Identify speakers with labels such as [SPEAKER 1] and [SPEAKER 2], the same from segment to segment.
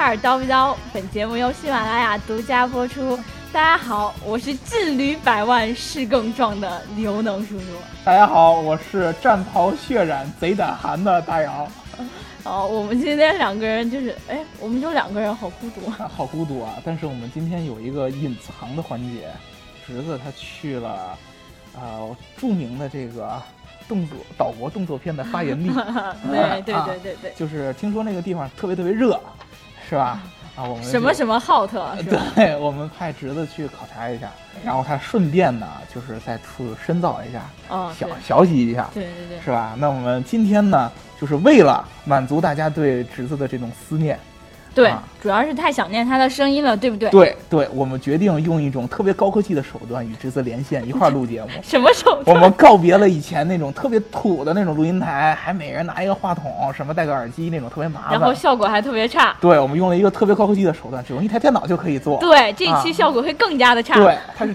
[SPEAKER 1] 儿叨不叨？本节目由喜马拉雅独家播出。大家好，我是劲旅百万势更壮的刘能叔叔。
[SPEAKER 2] 大家好，我是战袍血染贼胆寒的大姚。
[SPEAKER 1] 哦，我们今天两个人就是，哎，我们就两个人，好孤独啊。
[SPEAKER 2] 啊好孤独啊！但是我们今天有一个隐藏的环节，侄子他去了，呃，著名的这个动作岛国动作片的 发源地，
[SPEAKER 1] 对对
[SPEAKER 2] 啊
[SPEAKER 1] 对对对，
[SPEAKER 2] 就是听说那个地方特别特别热，是吧？啊，我们
[SPEAKER 1] 什么
[SPEAKER 2] 就
[SPEAKER 1] 什么浩特啊是吧？
[SPEAKER 2] 对，我们派侄子去考察一下，然后他顺便呢，就是再出去深造一下，
[SPEAKER 1] 哦，
[SPEAKER 2] 小
[SPEAKER 1] 对
[SPEAKER 2] 学习一下，
[SPEAKER 1] 对对对，
[SPEAKER 2] 是吧？那我们今天呢，就是为了满足大家对侄子的这种思念，
[SPEAKER 1] 对
[SPEAKER 2] 啊，
[SPEAKER 1] 主要是太想念他的声音了，对不对？
[SPEAKER 2] 对对，我们决定用一种特别高科技的手段与侄子连线，一块儿 录节目。
[SPEAKER 1] 什么手
[SPEAKER 2] 我
[SPEAKER 1] 段？
[SPEAKER 2] 们告别了以前那种特别土的那种录音台，还每人拿一个话筒，什么戴个耳机那种特别麻
[SPEAKER 1] 然后
[SPEAKER 2] 烦。
[SPEAKER 1] 效果还特别差。
[SPEAKER 2] 对，我们用了一个特别高科技的手段，只用一台电脑就可以做。
[SPEAKER 1] 对，这一期
[SPEAKER 2] 啊
[SPEAKER 1] 效果会更加的差。
[SPEAKER 2] 对，它是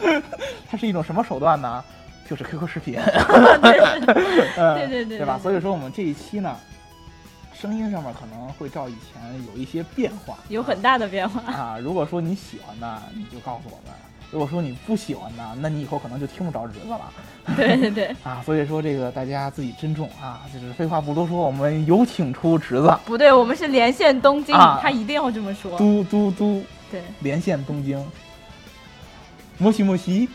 [SPEAKER 2] 它是一种什么手段呢？就是 QQ 视频。嗯
[SPEAKER 1] 对对对
[SPEAKER 2] 对吧？
[SPEAKER 1] 对
[SPEAKER 2] 所以说我们这一期呢，声音上面可能会照以前有一些变化，
[SPEAKER 1] 有很大的变 化。
[SPEAKER 2] 啊。如果说你喜欢呢，你就告诉我们；如果说你不喜欢呢，那你以后可能就听不着侄子了
[SPEAKER 1] 对对对，
[SPEAKER 2] 啊。所以说这个大家自己珍重啊。就是废话不多说，我们有请出侄子，
[SPEAKER 1] 不对，我们是连线东京，
[SPEAKER 2] 啊
[SPEAKER 1] 他一定要这么说。
[SPEAKER 2] 嘟嘟嘟，
[SPEAKER 1] 对，
[SPEAKER 2] 连线东京，摩西摩西，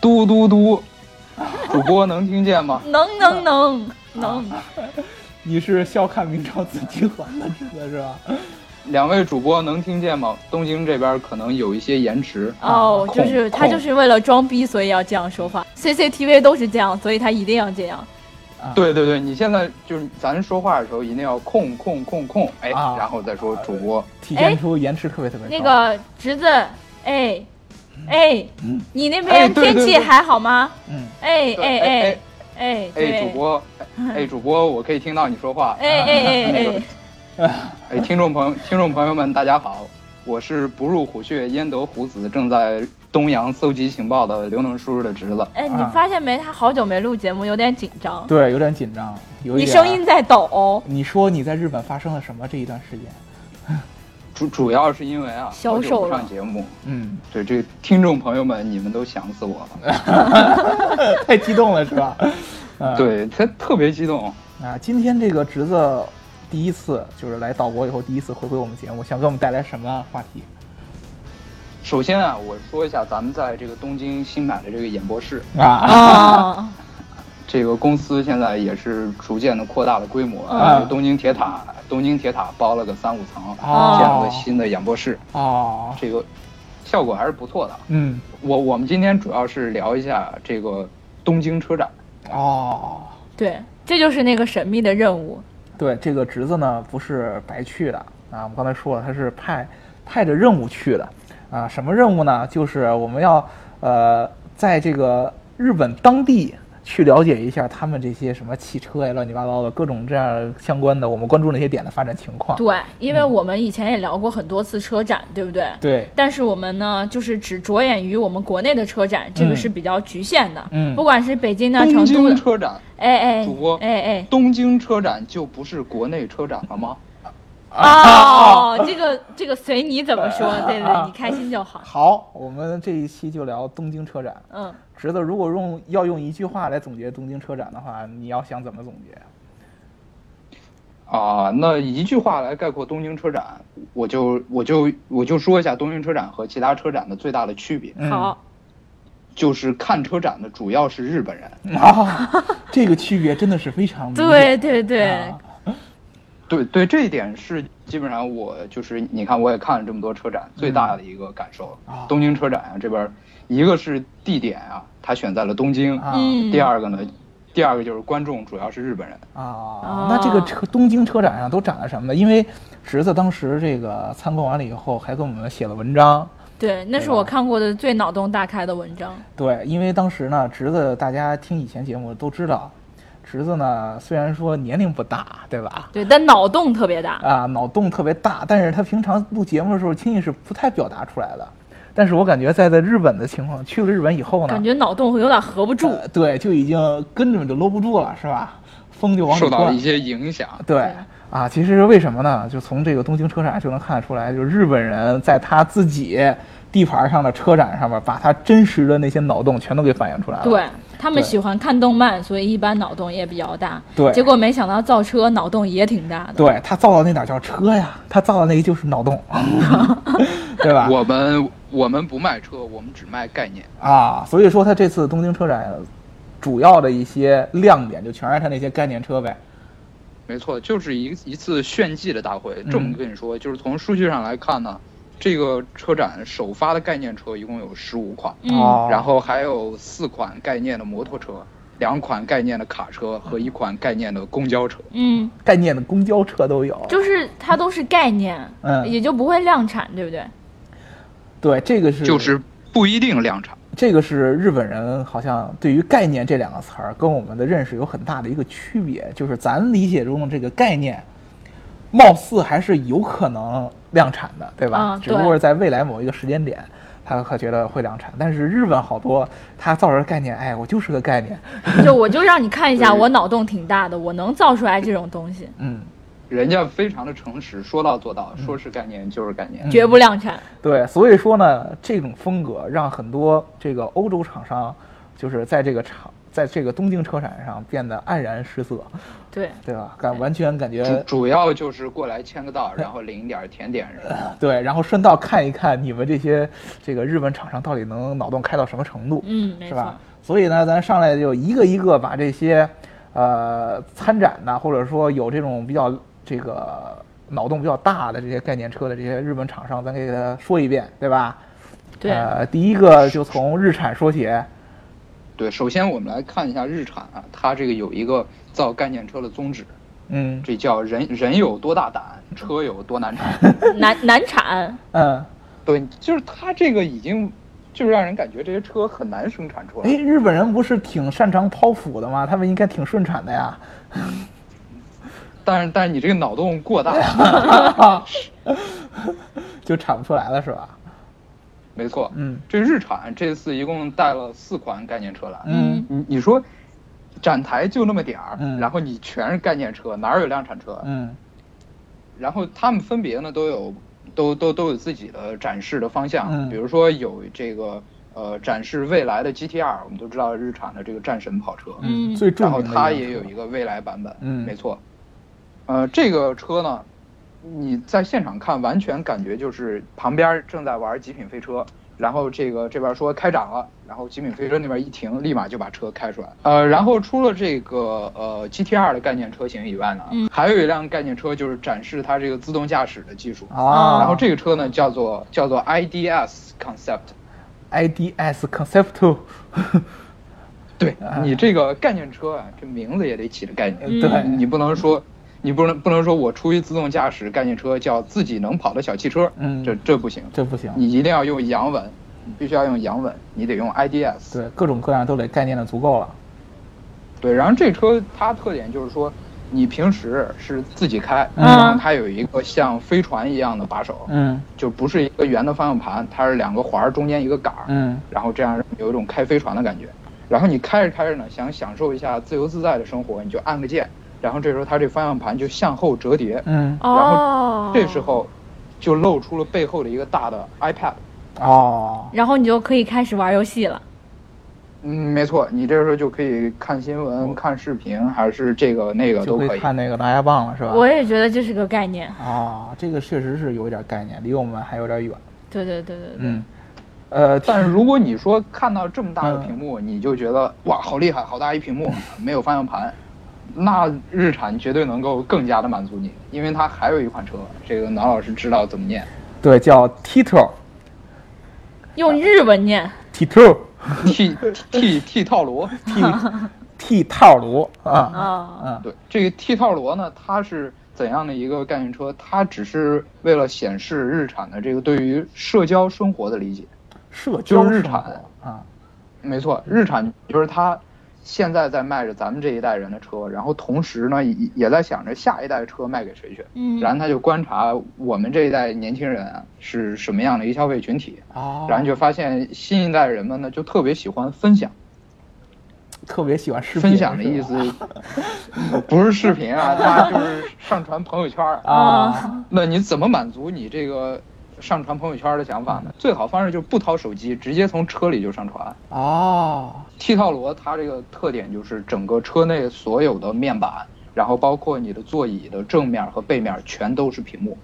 [SPEAKER 3] 嘟嘟嘟，主播能听见吗？
[SPEAKER 1] 能能能能，
[SPEAKER 3] 啊
[SPEAKER 2] 你是笑看明朝紫金环的侄子是吧？
[SPEAKER 3] 两位主播能听见吗？东京这边可能有一些延迟。
[SPEAKER 1] 哦，
[SPEAKER 3] 啊
[SPEAKER 1] 就是
[SPEAKER 3] 控
[SPEAKER 1] 他就是为了装逼，所以要这样说话。CCTV 都是这样，所以他一定要这样。
[SPEAKER 2] 啊，
[SPEAKER 3] 对对对，你现在就是咱说话的时候一定要控控控控，哎，
[SPEAKER 2] 啊
[SPEAKER 3] 然后再说主播。
[SPEAKER 2] 体
[SPEAKER 1] 哎
[SPEAKER 2] 现出延迟特别特别
[SPEAKER 1] 那
[SPEAKER 2] 高。
[SPEAKER 1] 个侄子，哎哎，你那
[SPEAKER 3] 哎
[SPEAKER 1] 边
[SPEAKER 3] 对对
[SPEAKER 1] 天气
[SPEAKER 3] 对
[SPEAKER 1] 还好吗？
[SPEAKER 2] 嗯。
[SPEAKER 1] 哎
[SPEAKER 3] 对
[SPEAKER 1] 哎哎
[SPEAKER 3] 哎
[SPEAKER 1] 哎，
[SPEAKER 3] 哎，主
[SPEAKER 1] 对，嗯
[SPEAKER 3] 播，哎哎主播，我可以听到你说话。
[SPEAKER 1] 哎哎哎
[SPEAKER 3] 啊那
[SPEAKER 1] 哎
[SPEAKER 3] 个，哎，听众朋友，听众朋友们，大家好，我是不入虎穴焉得虎子，正在东洋搜集情报的刘能叔叔的侄子。
[SPEAKER 1] 哎，你
[SPEAKER 2] 啊
[SPEAKER 1] 发现没？他好久没录节目，有点紧张，
[SPEAKER 2] 对，有点紧张，有一
[SPEAKER 1] 你
[SPEAKER 2] 点
[SPEAKER 1] 声音在抖。
[SPEAKER 2] 你说你在日本发生了什么这一段时间？
[SPEAKER 3] 主主要是因为啊，
[SPEAKER 1] 消
[SPEAKER 3] 好久
[SPEAKER 1] 瘦
[SPEAKER 3] 不
[SPEAKER 1] 了
[SPEAKER 3] 上节目，
[SPEAKER 2] 嗯，
[SPEAKER 3] 对这个听众朋友们，你们都想死我了。
[SPEAKER 2] 太激动了是 吧？嗯、
[SPEAKER 3] 对他特别激动，
[SPEAKER 2] 啊，今天这个侄子第一次就是来岛国以后第一次回归我们节目，想给我们带来什么话题？
[SPEAKER 3] 首先啊，我说一下咱们在这个东京新买的这个演播室，
[SPEAKER 2] 啊
[SPEAKER 1] 啊，
[SPEAKER 3] 这个公司现在也是逐渐的扩大了规模。
[SPEAKER 2] 啊
[SPEAKER 3] 这个东京铁塔，东京铁塔包了个三五层，
[SPEAKER 2] 哦
[SPEAKER 3] 建了个新的演播室，
[SPEAKER 2] 哦，
[SPEAKER 3] 这个效果还是不错的。
[SPEAKER 2] 嗯，
[SPEAKER 3] 我我们今天主要是聊一下这个东京车展。
[SPEAKER 2] 哦，
[SPEAKER 1] 对，这就是那个神秘的任务。
[SPEAKER 2] 对，这个侄子呢不是白去的啊，我们刚才说了，他是派派着任务去的啊。什么任务呢？就是我们要呃，在这个日本当地去了解一下他们这些什么汽车呀、乱七八糟的各种这样相关的我们关注那些点的发展情
[SPEAKER 3] 啊
[SPEAKER 2] 况。
[SPEAKER 1] 对，因为我们以前也聊过很多次车展，对不对？
[SPEAKER 2] 对，
[SPEAKER 1] 但是我们呢，就是只着眼于我们国内的车展，这个
[SPEAKER 2] 嗯
[SPEAKER 1] 是比较局限的。
[SPEAKER 2] 嗯
[SPEAKER 1] 不管是北京的、
[SPEAKER 3] 东
[SPEAKER 1] 成都
[SPEAKER 3] 京
[SPEAKER 1] 的，
[SPEAKER 3] 车展，
[SPEAKER 1] 哎哎，
[SPEAKER 3] 主播
[SPEAKER 1] 哎哎，
[SPEAKER 3] 东京车展就不是国内车展了吗？
[SPEAKER 1] 哦，这个这个随你怎么说，对对对，你开心就好。
[SPEAKER 2] 好，我们这一期就聊东京车展。
[SPEAKER 1] 嗯，
[SPEAKER 2] 侄子，如果用要用一句话来总结东京车展的话，你要想怎么总结？
[SPEAKER 3] 啊，那一句话来概括东京车展，我就我就我就说一下东京车展和其他车展的最大的区别，
[SPEAKER 2] 嗯
[SPEAKER 1] 好，
[SPEAKER 3] 就是看车展的主要是日本人。
[SPEAKER 2] 啊，这个区别真的是非常明
[SPEAKER 1] 对
[SPEAKER 2] 显。
[SPEAKER 1] 对对
[SPEAKER 2] 嗯啊，
[SPEAKER 3] 对对，这一点是基本上我就是你看我也看了这么多车展，最大的一个感受，
[SPEAKER 2] 啊
[SPEAKER 3] 东京车展啊这边儿，一个是地点啊，它选在了东京，
[SPEAKER 2] 啊
[SPEAKER 1] 嗯，
[SPEAKER 3] 第二个呢，第二个就是观众主要是日本人。
[SPEAKER 2] 啊，那这个车东京车展上都展了什么呢？因为侄子当时这个参观完了以后，还给我们写了文章。
[SPEAKER 1] 对，那是我看过的最脑洞大开的文章。
[SPEAKER 2] 对，因为当时呢，侄子大家听以前节目都知道，侄子呢虽然说年龄不大，对吧？
[SPEAKER 1] 对，但脑洞特别大。
[SPEAKER 2] 啊，脑洞特别大，但是他平常录节目的时候，轻易是不太表达出来的。但是我感觉在在日本的情况，去了日本以后呢，
[SPEAKER 1] 感觉脑洞有点合不住，
[SPEAKER 2] 呃对就已经根本就搂不住了，是吧？风就往里
[SPEAKER 3] 受到了
[SPEAKER 2] 灌
[SPEAKER 3] 一。些影响。
[SPEAKER 2] 对，啊，其实为什么呢？就从这个东京车展就能看得出来，就是日本人在他自己地盘上的车展上面，把他真实的那些脑洞全都给反映出来了。
[SPEAKER 1] 对他们
[SPEAKER 2] 对
[SPEAKER 1] 喜欢看动漫，所以一般脑洞也比较大。
[SPEAKER 2] 对
[SPEAKER 1] 结果没想到造车脑洞也挺大的。
[SPEAKER 2] 对他造的那哪叫车呀？他造的那个就是 脑洞，对吧？
[SPEAKER 3] 我们我们不卖车，我们只卖概念。
[SPEAKER 2] 啊，所以说他这次东京车展主要的一些亮点，就全是他那些概念车呗。
[SPEAKER 3] 没错，就是一一次炫技的大会。这么
[SPEAKER 2] 嗯
[SPEAKER 3] 跟你说，就是从数据上来看呢，这个车展首发的概念车一共有十五款，
[SPEAKER 1] 嗯
[SPEAKER 2] 哦，
[SPEAKER 3] 然后还有四款概念的摩托车，两款概念的卡车
[SPEAKER 2] 嗯
[SPEAKER 3] 和一款概念的公交车。
[SPEAKER 1] 嗯，
[SPEAKER 2] 概念的公交车都有。
[SPEAKER 1] 就是它都是概念，
[SPEAKER 2] 嗯
[SPEAKER 1] 也就不会量产，对不 对？
[SPEAKER 2] 对，这个是
[SPEAKER 3] 就是不一定量产。
[SPEAKER 2] 这个是日本人好像对于概念这两个词儿跟我们的认识有很大的一个区别，就是咱理解中的这个概念，貌似还是有可能量产的，对吧？
[SPEAKER 1] 嗯
[SPEAKER 2] 只不过是在未来某一个时间点。他可觉得会量产，但是日本好多他造成概念，哎，我就是个概念，
[SPEAKER 1] 就我就让你看一下，
[SPEAKER 3] 对
[SPEAKER 1] 我脑洞挺大的，我能造出来这种东西，
[SPEAKER 2] 嗯，
[SPEAKER 3] 人家非常的诚实，说到做到，说是概念就是概
[SPEAKER 2] 嗯
[SPEAKER 3] 念。
[SPEAKER 1] 绝不量产。
[SPEAKER 2] 对，所以说呢，这种风格让很多这个欧洲厂商，就是在这个厂，在这个东京车展上变得黯然失色，
[SPEAKER 1] 对，
[SPEAKER 2] 对吧？感完全感
[SPEAKER 3] 主
[SPEAKER 2] 觉
[SPEAKER 3] 主要就是过来签个
[SPEAKER 2] 嗯
[SPEAKER 3] 到，然后领点甜点什么的。
[SPEAKER 2] 对，然后顺道看一看你们这些这个日本厂商到底能脑洞开到什么程度，
[SPEAKER 1] 嗯，没
[SPEAKER 2] 是
[SPEAKER 1] 错
[SPEAKER 2] 吧。？所以呢，咱上来就一个一个把这些，呃，参展呐，或者说有这种比较这个脑洞比较大的这些概念车的这些日本厂商，咱给他说一遍，对吧？
[SPEAKER 1] 对，
[SPEAKER 2] 呃，第一个就从日产说起，
[SPEAKER 3] 对，首先我们来看一下日产啊，它这个有一个造概念车的宗旨，
[SPEAKER 2] 嗯
[SPEAKER 3] 这叫人人有多大胆，车有多难 缠。
[SPEAKER 1] 难难产。
[SPEAKER 2] 嗯，
[SPEAKER 3] 对，就是它这个已经就是让人感觉这些车很难生产出
[SPEAKER 2] 哎，
[SPEAKER 3] 来。
[SPEAKER 2] 日本人不是挺擅长剖腹的吗？他们应该挺顺产的呀。
[SPEAKER 3] 但是但是你这个脑洞过大，
[SPEAKER 2] 就产不出来了是吧？
[SPEAKER 3] 没错。
[SPEAKER 2] 嗯
[SPEAKER 3] 这日产这次一共带了四款概念车来，
[SPEAKER 2] 嗯
[SPEAKER 3] 你你说展台就那么点儿，
[SPEAKER 2] 嗯
[SPEAKER 3] 然后你全是概念车，哪有量产车？
[SPEAKER 2] 嗯
[SPEAKER 3] 然后他们分别呢都有都都都有自己的展示的方向，
[SPEAKER 2] 嗯
[SPEAKER 3] 比如说有这个呃展示未来的 GTR，我们都知道日产的这个战神跑车，
[SPEAKER 1] 嗯
[SPEAKER 2] 最著
[SPEAKER 3] 然后
[SPEAKER 2] 名的
[SPEAKER 3] 它
[SPEAKER 2] 一辆
[SPEAKER 3] 也有
[SPEAKER 2] 车
[SPEAKER 3] 一个未来版本，
[SPEAKER 2] 嗯
[SPEAKER 3] 没错。呃，这个车呢，你在现场看完全感觉就是旁边正在玩极品飞车，然后这个这边说开展了，然后极品飞车那边一停，立马就把车开出来。呃，然后除了这个呃 GTR 的概念车型以外呢，还有一辆概念车就是展示它这个自动驾驶的技术。
[SPEAKER 1] 哦
[SPEAKER 2] 啊，
[SPEAKER 3] 然后这个车呢叫做叫做 IDS Concept，
[SPEAKER 2] IDS Concept Two，
[SPEAKER 3] 对你这个概念车啊，这名字也得起个概念。
[SPEAKER 1] 嗯
[SPEAKER 2] 对，
[SPEAKER 3] 你不能说，你不能不能说我出于自动驾驶概念车叫自己能跑的小汽车，
[SPEAKER 2] 嗯
[SPEAKER 3] 这这不行，
[SPEAKER 2] 这不行，
[SPEAKER 3] 你一定要用洋文，你必须要用洋文，你得用 IDS。
[SPEAKER 2] 对，各种各样都得概念的足够了。
[SPEAKER 3] 对，然后这车它特点就是说，你平时是自己开，
[SPEAKER 1] 嗯
[SPEAKER 3] 然后它有一个像飞船一样的把手，
[SPEAKER 2] 嗯
[SPEAKER 3] 就不是一个圆的方向盘，它是两个环儿中间一个杆儿，
[SPEAKER 2] 嗯
[SPEAKER 3] 然后这样有一种开飞船的感觉。然后你开着开着呢，想享受一下自由自在的生活，你就按个键，然后这时候它这方向盘就向后折叠，
[SPEAKER 2] 嗯
[SPEAKER 1] 哦，
[SPEAKER 3] 这时，候就露出了背后的一个大的 iPad。
[SPEAKER 2] 哦，
[SPEAKER 1] 然后你就可以开始玩游戏了。
[SPEAKER 3] 嗯，没错，你这时候就可以看新闻、看视频，还是这个那个
[SPEAKER 2] 就
[SPEAKER 3] 都可
[SPEAKER 2] 会
[SPEAKER 3] 以。
[SPEAKER 2] 看那个狼牙棒了是吧？
[SPEAKER 1] 我也觉得这是个概念。
[SPEAKER 2] 啊，这个确实是有一点概念，离我们还有点远。
[SPEAKER 1] 对对对对对。
[SPEAKER 2] 嗯，呃，
[SPEAKER 3] 但是如果你说看到这么大的屏幕，
[SPEAKER 2] 嗯
[SPEAKER 3] 你就觉得哇，好厉害，好大一屏 幕，没有方向盘，那日产绝对能够更加的满足你，因为它还有一款车，这个南老师知道怎么念
[SPEAKER 2] 对，叫 Tito
[SPEAKER 1] 用日文念，
[SPEAKER 2] Tito
[SPEAKER 3] ，T T T 套罗。
[SPEAKER 2] T T 套路啊，
[SPEAKER 1] 啊，
[SPEAKER 2] 嗯
[SPEAKER 3] 对，这个 T 套罗呢，它是怎样的一个概念车？它只是为了显示日产的这个对于社交生活的理解。
[SPEAKER 2] 社
[SPEAKER 3] 就
[SPEAKER 2] 交
[SPEAKER 3] 是日
[SPEAKER 2] 生活
[SPEAKER 3] 产
[SPEAKER 2] 啊，
[SPEAKER 3] 没错，日产就是它现在在卖着咱们这一代人的车，然后同时呢也也在想着下一代车卖给谁去。
[SPEAKER 1] 嗯
[SPEAKER 3] 然后他就观察我们这一代年轻人啊是什么样的一个消费群体，
[SPEAKER 2] 哦，
[SPEAKER 3] 然后就发现新一代人们呢就特别喜欢分享。
[SPEAKER 2] 特别喜欢视频
[SPEAKER 3] 分享的
[SPEAKER 2] 是吧
[SPEAKER 3] 意思 不是视频啊， 他就是上传朋友圈儿
[SPEAKER 2] 啊
[SPEAKER 3] 那你怎么满足你这个上传朋友圈的想法呢？最好方式就是不掏手机，直接从车里就上传。
[SPEAKER 2] 哦，
[SPEAKER 3] T 套罗它这个特点就是整个车内所有的面板，然后包括你的座椅的正面和背面全都是屏幕。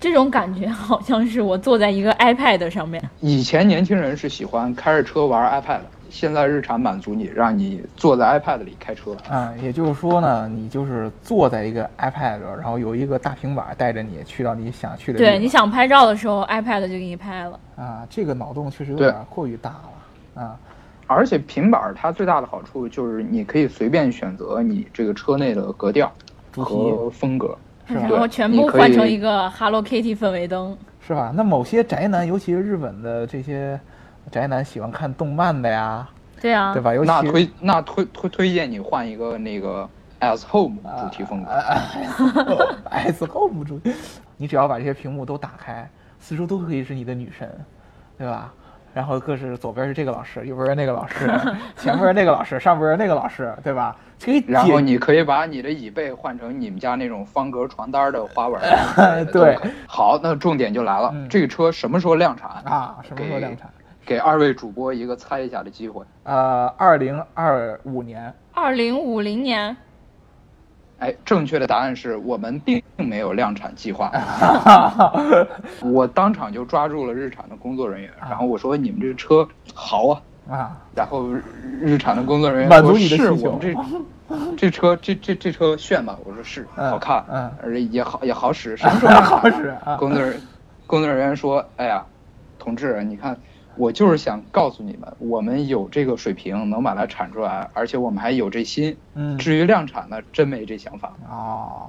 [SPEAKER 1] 这种感觉好像是我坐在一个 iPad 上面，
[SPEAKER 3] 以前年轻人是喜欢开着车玩 iPad，现在日产满足你，让你坐在 iPad 里开车。
[SPEAKER 2] 啊，也就是说呢，你就是坐在一个 iPad，上然后有一个大平板带着你去到你想去的地方。
[SPEAKER 1] 对，你想拍照的时候，iPad 就给你拍了。
[SPEAKER 2] 啊，这个脑洞确实有
[SPEAKER 3] 对
[SPEAKER 2] 点过于大了啊。
[SPEAKER 3] 而且平板儿它最大的好处就是你可以随便选择你这个车内的格调
[SPEAKER 2] 主题
[SPEAKER 3] 和风格。
[SPEAKER 2] 是吧
[SPEAKER 1] 然后全
[SPEAKER 3] 你
[SPEAKER 1] 部
[SPEAKER 3] 可
[SPEAKER 1] 换
[SPEAKER 3] 以
[SPEAKER 1] 成一个 Hello Kitty 氛围灯，
[SPEAKER 2] 是吧？那某些宅男，尤其是日本的这些宅男，喜欢看动漫的呀，
[SPEAKER 1] 对啊，
[SPEAKER 2] 对吧？尤其
[SPEAKER 3] 那推那推推推荐你换一个那个 as home
[SPEAKER 2] 啊
[SPEAKER 3] 主题风格。
[SPEAKER 2] 哦 S home 主，你只要把这些屏幕都打开，四周都可以是你的女神，对吧？然后各是左边是这个老师，右边是那个老 师，前边是那个老师，上边是那个老师，对吧？可以
[SPEAKER 3] 然
[SPEAKER 2] 解。
[SPEAKER 3] 后你可以把你的椅背换成你们家那种方格床单的花纹 都可以
[SPEAKER 2] 对，
[SPEAKER 3] 好，那重点就来了，
[SPEAKER 2] 嗯
[SPEAKER 3] 这个车什么时候量产？
[SPEAKER 2] 啊，什么时候量产？
[SPEAKER 3] 给二位主播一个猜一下的机会。
[SPEAKER 2] 呃，二零二五 年
[SPEAKER 1] 二零五零年，
[SPEAKER 3] 哎，正确的答案是我们并没有量产计划。
[SPEAKER 2] 啊
[SPEAKER 3] 我当场就抓住了日产的工作人员，然后我说：“你们这个车好啊！”
[SPEAKER 2] 啊，
[SPEAKER 3] 然后日日产的工作人员
[SPEAKER 2] 满足
[SPEAKER 3] 说
[SPEAKER 2] 你的
[SPEAKER 3] 是
[SPEAKER 2] 需求
[SPEAKER 3] 我们这这车这这这车炫吧？我说是，
[SPEAKER 2] 嗯
[SPEAKER 3] 好看，
[SPEAKER 2] 嗯
[SPEAKER 3] 而且也好也好 使，什么时候好
[SPEAKER 2] 好使啊
[SPEAKER 3] 工作人工作人员说：“哎呀，同志，你看，我就是想告诉你们，我们有这个水平，能把它产出来，而且我们还有这心。
[SPEAKER 2] 嗯
[SPEAKER 3] 至于量产呢，真没这想法。
[SPEAKER 2] 哦，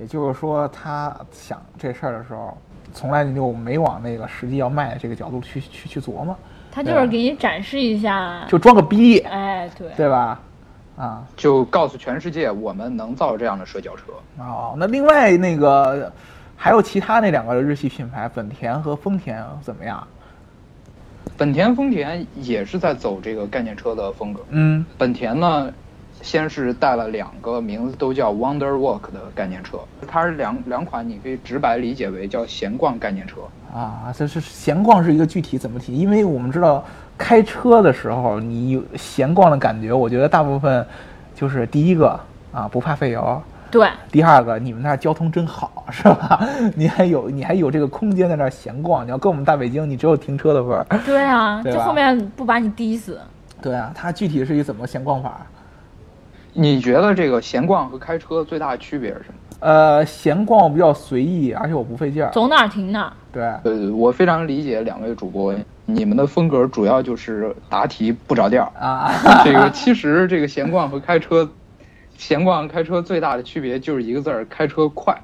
[SPEAKER 2] 也就是说，他想这事儿的时候，从来就没往那个实际要卖的这个角度去去去琢磨，
[SPEAKER 1] 他
[SPEAKER 2] 对
[SPEAKER 1] 就是
[SPEAKER 2] 吧
[SPEAKER 1] 给你展示一下，
[SPEAKER 2] 就装个逼，
[SPEAKER 1] 哎，对，
[SPEAKER 2] 对吧？啊，
[SPEAKER 3] 就告诉全世界，我们能造这样的社交车。
[SPEAKER 2] 哦，那另外那个还有其他那两个日系品牌，本田和丰田怎么样？
[SPEAKER 3] 本田、丰田也是在走这个概念车的风格。
[SPEAKER 2] 嗯，
[SPEAKER 3] 本田呢，先是带了两个名字都叫 Wonder Walk 的概念车，它是两两款，你可以直白理解为叫闲逛概念车。
[SPEAKER 2] 啊，这是闲逛是一个具体怎么提？因为我们知道开车的时候，你有闲逛的感觉，我觉得大部分就是第一个啊，不怕费油。
[SPEAKER 1] 对，
[SPEAKER 2] 第二个，你们那儿交通真好，是吧？ 你还有你还有这个空间在那儿闲逛，你要跟我们大北京，你只有停车的份儿。
[SPEAKER 1] 对啊，
[SPEAKER 2] 对
[SPEAKER 1] 这
[SPEAKER 2] 吧
[SPEAKER 1] 后面不把你滴死，
[SPEAKER 2] 对啊，它具体是一怎么闲逛法？
[SPEAKER 3] 你觉得这个闲逛和开车最大的区别是什么？
[SPEAKER 2] 呃，闲逛我比较随意，而且我不费劲儿。
[SPEAKER 1] 走哪儿停哪儿，
[SPEAKER 2] 对，
[SPEAKER 3] 呃，我非常理解两位主播，你们的风格主要就是答题不着调儿。
[SPEAKER 2] 啊，
[SPEAKER 3] 这个其实这个闲逛和开车，闲逛和开车最大的区别就是一个字儿，开车快。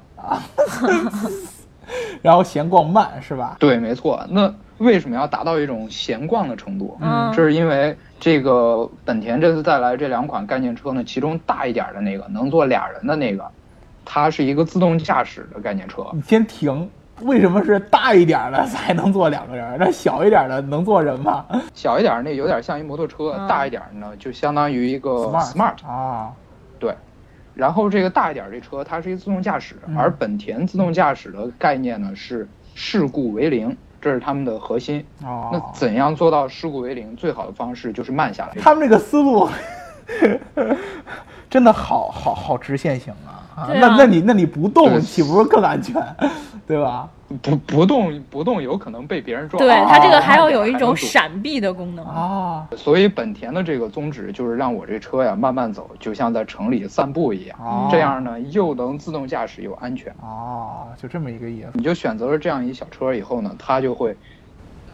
[SPEAKER 2] 然后闲逛慢是吧？
[SPEAKER 3] 对，没错。那为什么要达到一种闲逛的程度？
[SPEAKER 1] 嗯
[SPEAKER 3] 这是因为这个本田这次带来这两款概念车呢，其中大一点的那个能坐俩人的那个，它是一个自动驾驶的概念车。
[SPEAKER 2] 你先停。为什么是大一点儿的才能坐两个人儿？那小一点儿的能坐人吗
[SPEAKER 3] 小一点儿那有点像一摩托车，
[SPEAKER 1] 嗯
[SPEAKER 3] 大一点儿呢就相当于一个
[SPEAKER 2] Smart
[SPEAKER 3] smart
[SPEAKER 2] 啊，
[SPEAKER 3] 对，然后这个大一点儿这车它是一自动驾驶，
[SPEAKER 2] 嗯
[SPEAKER 3] 而本田自动驾驶的概念呢是事故为零，这是他们的核心。
[SPEAKER 2] 哦
[SPEAKER 3] 那怎样做到事故为零？最好的方式就是慢下来。
[SPEAKER 2] 他们这个思路 真的好好好直线型啊！啊
[SPEAKER 1] 对啊
[SPEAKER 2] 那那你那你不动
[SPEAKER 3] 对
[SPEAKER 2] 岂不是更安全，对吧？
[SPEAKER 3] 不不动不动有可能被别人撞。
[SPEAKER 1] 对
[SPEAKER 2] 它
[SPEAKER 1] 它这个哦还要
[SPEAKER 3] 慢点
[SPEAKER 1] 有一种
[SPEAKER 3] 能躲
[SPEAKER 1] 闪避的功能，
[SPEAKER 2] 啊
[SPEAKER 3] 所以本田的这个宗旨就是让我这车呀慢慢走，就像在城里散步一样。
[SPEAKER 2] 哦
[SPEAKER 3] 这样呢，又能自动驾驶又安全。
[SPEAKER 2] 啊，就这么一个意思
[SPEAKER 3] 你就选择了这样一小车以后呢，它就会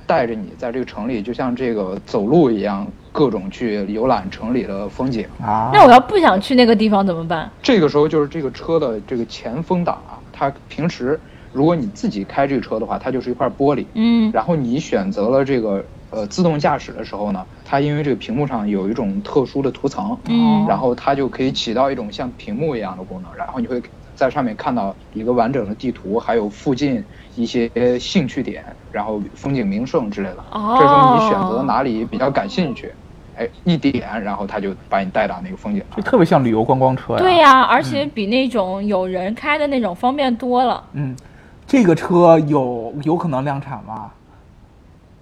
[SPEAKER 3] 带着你在这个城里，就像这个走路一样，各种去浏览城里的风景。
[SPEAKER 2] 啊。
[SPEAKER 1] 那我要不想去那个地方怎么办？
[SPEAKER 3] 这个时候就是这个车的这个前风挡啊，它平时如果你自己开这个车的话，它就是一块玻璃。
[SPEAKER 1] 嗯，
[SPEAKER 3] 然后你选择了这个呃自动驾驶的时候呢，它因为这个屏幕上有一种特殊的涂层，
[SPEAKER 1] 嗯
[SPEAKER 3] 然后它就可以起到一种像屏幕一样的功能，然后你会在上面看到一个完整的地图，还有附近一些兴趣点，然后风景名胜之类的。
[SPEAKER 1] 哦
[SPEAKER 3] 这时候你选择哪里比较感兴趣，哎，一点，然后他就把你带到那个风景
[SPEAKER 2] 就
[SPEAKER 3] 上。
[SPEAKER 2] 特别像旅游观光车呀。
[SPEAKER 1] 对呀、而且比那种有人开的那种方便多了。
[SPEAKER 2] 嗯，这个车有有可能量产吗？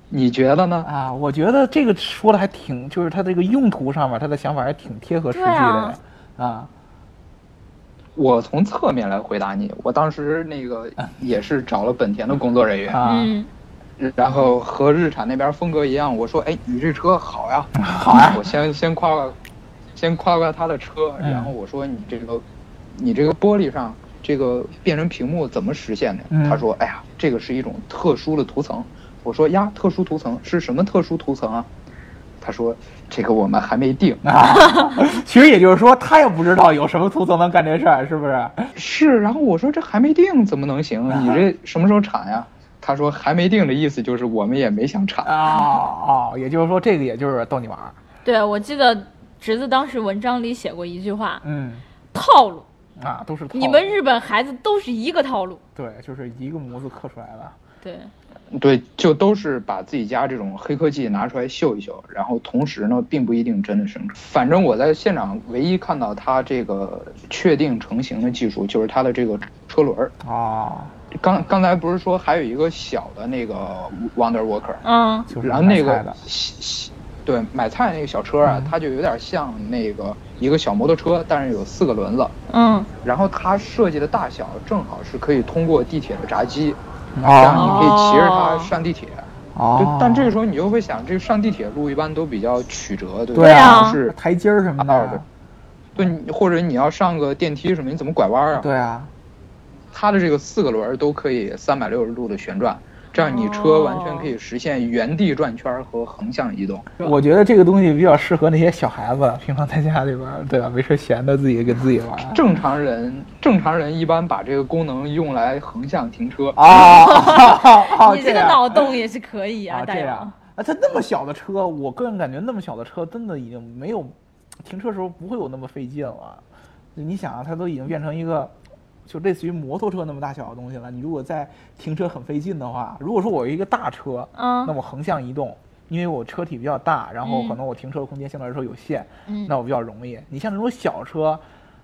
[SPEAKER 3] 你觉得呢？
[SPEAKER 2] 啊，我觉得这个说的还挺，就是它这个用途上面，他的想法还挺贴合实际的呀。啊，
[SPEAKER 3] 我从侧面来回答你，我当时那个也是找了本田的工作人员，
[SPEAKER 2] 啊
[SPEAKER 1] 嗯，
[SPEAKER 3] 然后和日产那边风格一样，我说，哎，你这车好呀，好呀，我先先夸夸，先夸夸他的车，
[SPEAKER 2] 啊嗯
[SPEAKER 3] 然后我说你这个，你这个玻璃上这个变成屏幕怎么实现的？
[SPEAKER 2] 嗯
[SPEAKER 3] 他说，哎呀，这个是一种特殊的涂层。我说呀，特殊涂层是什么特殊涂层啊？他说这个我们还没定。
[SPEAKER 2] 啊， 其实也就是说，他也不知道有什么图层能干这事儿，是不是？
[SPEAKER 3] 是，然后我说这还没定怎么能行？你这什么时候产呀？他说还没定的意思就是我们也没想产。
[SPEAKER 2] 啊哦，也就是说，这个也就是逗你玩儿。
[SPEAKER 1] 对，我记得侄子当时文章里写过一句话：
[SPEAKER 2] 嗯，
[SPEAKER 1] 套路，
[SPEAKER 2] 啊，都是套
[SPEAKER 1] 你们
[SPEAKER 2] 路
[SPEAKER 1] 日本孩子都是一个套路。
[SPEAKER 2] 对，就是一个模子刻出来的。
[SPEAKER 1] 对，
[SPEAKER 3] 对，就都是把自己家这种黑科技拿出来秀一秀，然后同时呢，并不一定真的生产。反正我在现场唯一看到它这个确定成型的技术，就是它的这个车轮儿。
[SPEAKER 2] 哦，
[SPEAKER 3] 刚刚才不是说还有一个小的那个 Wonder Walker，
[SPEAKER 1] 嗯，
[SPEAKER 2] 就是
[SPEAKER 3] 然后
[SPEAKER 2] 买
[SPEAKER 3] 那
[SPEAKER 2] 菜
[SPEAKER 3] 个
[SPEAKER 2] 的嗯
[SPEAKER 3] 西西对买菜那个小车啊，它就有点像那个一个小摩托车，但是有四个轮子。
[SPEAKER 1] 嗯，
[SPEAKER 3] 然后它设计的大小正好是可以通过地铁的闸机，这样
[SPEAKER 2] 哦
[SPEAKER 3] 你可以骑着它上地铁。
[SPEAKER 2] 哦
[SPEAKER 3] 就，但这个时候你就会想，这个上地铁路一般都比较曲折，对吧？
[SPEAKER 2] 对
[SPEAKER 1] 啊
[SPEAKER 3] 不是
[SPEAKER 2] 台阶儿什么
[SPEAKER 3] 道
[SPEAKER 2] 的
[SPEAKER 3] 的，，对，你或者你要上个电梯什么，你怎么拐弯啊？
[SPEAKER 2] 对啊，
[SPEAKER 3] 它的这个四个轮儿都可以三百六十度的旋转，这样你车完全可以实现原地转圈儿和横向移动。
[SPEAKER 2] 啊我觉得这个东西比较适合那些小孩子，平常在家里边儿，对吧？没事儿闲的自己给自己玩儿。
[SPEAKER 3] 正常人，正常人一般把这个功能用来横向停车。
[SPEAKER 2] 啊，哦
[SPEAKER 1] 你这个
[SPEAKER 2] 样
[SPEAKER 1] 脑洞也是可以啊，
[SPEAKER 2] 啊，
[SPEAKER 1] 大
[SPEAKER 2] 这样
[SPEAKER 1] 勇。
[SPEAKER 2] 啊，它那么小的车，我个人感觉那么小的车真的已经没有停车时候不会有那么费劲了。你想啊，它都已经变成一个就类似于摩托车那么大小的东西了。你如果再停车很费劲的话，如果说我有一个大车，
[SPEAKER 1] 嗯
[SPEAKER 2] 那我横向移动。因为我车体比较大，然后
[SPEAKER 1] 嗯
[SPEAKER 2] 可能我停车的空间相对来说有限，
[SPEAKER 1] 嗯
[SPEAKER 2] 那我比较容易。你像那种小车，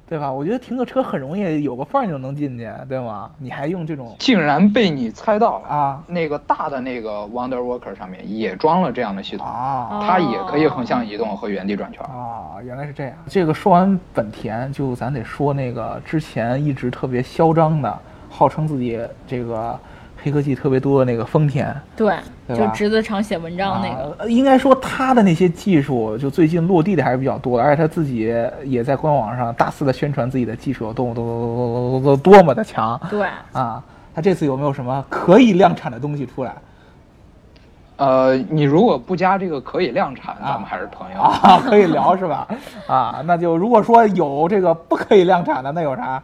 [SPEAKER 2] 对吧？我觉得停个车很容易，有个缝儿你就能进去，对吗？你还用这种
[SPEAKER 3] 竟然被你猜到了！
[SPEAKER 2] 啊
[SPEAKER 3] 那个大的那个 Wonder Walker 上面也装了这样的系统，
[SPEAKER 2] 啊
[SPEAKER 3] 它也可以横向移动和原地转圈儿。
[SPEAKER 2] 啊，原来是这样。这个说完本田，就咱得说那个之前一直特别嚣张的，号称自己这个黑科技特别多的那个丰田。
[SPEAKER 1] 对，
[SPEAKER 2] 对
[SPEAKER 1] 就
[SPEAKER 2] 吧
[SPEAKER 1] 侄子常写文章那个。
[SPEAKER 2] 啊呃应该说他的那些技术，就最近落地的还是比较多的，而且他自己也在官网上大肆的宣传自己的技术有多么多多多多多么的强
[SPEAKER 1] 对，
[SPEAKER 2] 啊！他这次有没有什么可以量产的东西出来
[SPEAKER 3] 呃，你如果不加这个可以量产，
[SPEAKER 2] 啊
[SPEAKER 3] 咱们还是朋友。
[SPEAKER 2] 啊？可以聊是吧？啊，那就如果说有这个不可以量产的，那有啥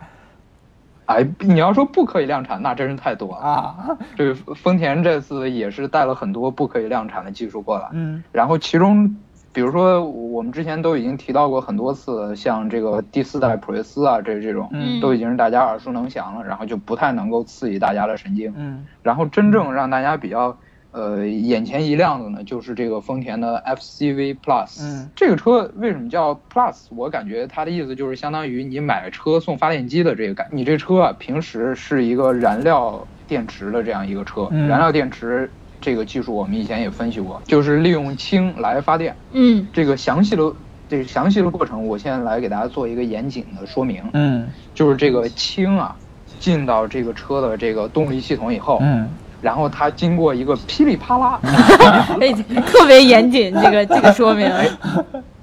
[SPEAKER 3] 哎，你要说不可以量产，那真是太多了。
[SPEAKER 2] 啊？
[SPEAKER 3] 这丰田这次也是带了很多不可以量产的技术过来，
[SPEAKER 2] 嗯。
[SPEAKER 3] 然后其中，比如说我们之前都已经提到过很多次，像这个第四代普锐斯啊，这这种，
[SPEAKER 1] 嗯
[SPEAKER 3] 都已经是大家耳熟能详了，然后就不太能够刺激大家的神经。
[SPEAKER 2] 嗯
[SPEAKER 3] 然后真正让大家比较呃眼前一亮的呢，就是这个丰田的 FCV Plus。
[SPEAKER 2] 嗯，
[SPEAKER 3] 这个车为什么叫 Plus？我感觉它的意思就是相当于你买车送发电机的这个感。你这车啊，平时是一个燃料电池的这样一个车，
[SPEAKER 2] 嗯
[SPEAKER 3] 燃料电池。这个技术我们以前也分析过，就是利用氢来发电。
[SPEAKER 1] 嗯
[SPEAKER 3] 这个详细的这个详细的过程，我现在来给大家做一个严谨的说明。
[SPEAKER 2] 嗯
[SPEAKER 3] 就是这个氢啊，进到这个车的这个动力系统以后，
[SPEAKER 2] 嗯，
[SPEAKER 3] 然后它经过一个噼里啪啦，
[SPEAKER 1] 哎， 特别严谨，这个这个说 明，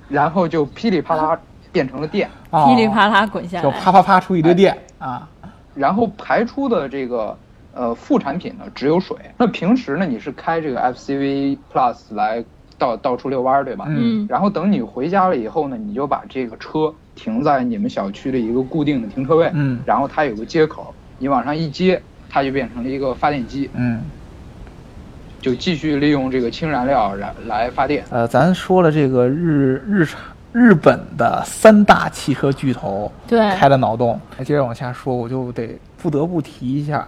[SPEAKER 3] 然后就噼里啪啦变成了电，
[SPEAKER 2] 哦
[SPEAKER 1] 噼里啪啦哎滚下
[SPEAKER 2] 就
[SPEAKER 1] 来。
[SPEAKER 2] 啪啪啪出一堆电啊
[SPEAKER 3] 然后排出的这个呃副产品呢只有水。那平时呢你是开这个 FCV Plus 来到到处遛弯儿，对吧？
[SPEAKER 1] 嗯
[SPEAKER 3] 然后等你回家了以后呢，你就把这个车停在你们小区的一个固定的停车位，
[SPEAKER 2] 嗯
[SPEAKER 3] 然后它有个接口，你往上一接，它就变成了一个发电机，
[SPEAKER 2] 嗯。
[SPEAKER 3] 就继续利用这个氢燃料来来发电。
[SPEAKER 2] 呃，咱说了这个日日产日本的三大汽车巨头
[SPEAKER 1] 对
[SPEAKER 2] 开的脑洞，接着往下说，我就得不得不提一下。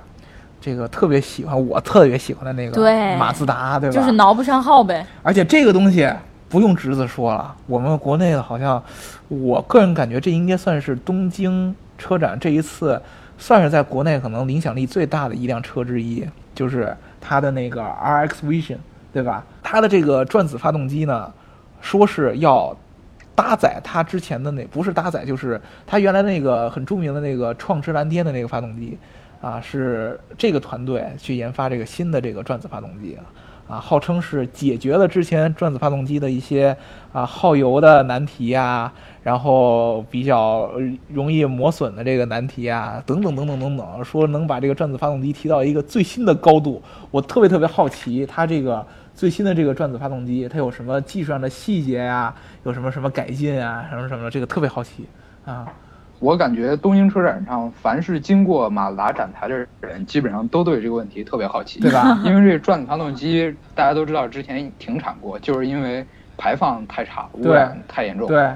[SPEAKER 2] 这个特别喜欢，我特别喜欢的那个
[SPEAKER 1] 对
[SPEAKER 2] 马自达，对吧？
[SPEAKER 1] 就是挠不上号呗，
[SPEAKER 2] 而且这个东西不用侄子说了，我们国内的好像，我个人感觉这应该算是东京车展这一次算是在国内可能影响力最大的一辆车之一，就是它的那个 RX Vision，对吧？它的这个转子发动机呢，说是要搭载它之前的那不是搭载，就是它原来那个很著名的那个创驰蓝天的那个发动机，啊，是这个团队去研发这个新的这个转子发动机啊。啊，号称是解决了之前转子发动机的一些啊耗油的难题呀、然后比较容易磨损的这个难题啊，等等等等等等，说能把这个转子发动机提到一个最新的高度。我特别特别好奇，它这个最新的这个转子发动机，它有什么技术上的细节呀、有什么什么改进啊，什么什么的，这个特别好奇啊。
[SPEAKER 3] 我感觉东京车展上，凡是经过马自达展台的人，基本上都对这个问题特别好奇，
[SPEAKER 2] 对吧？
[SPEAKER 3] 因为这转子发动机，大家都知道之前停产过，就是因为排放太差，污
[SPEAKER 2] 对
[SPEAKER 3] 染太严重。。
[SPEAKER 2] 对，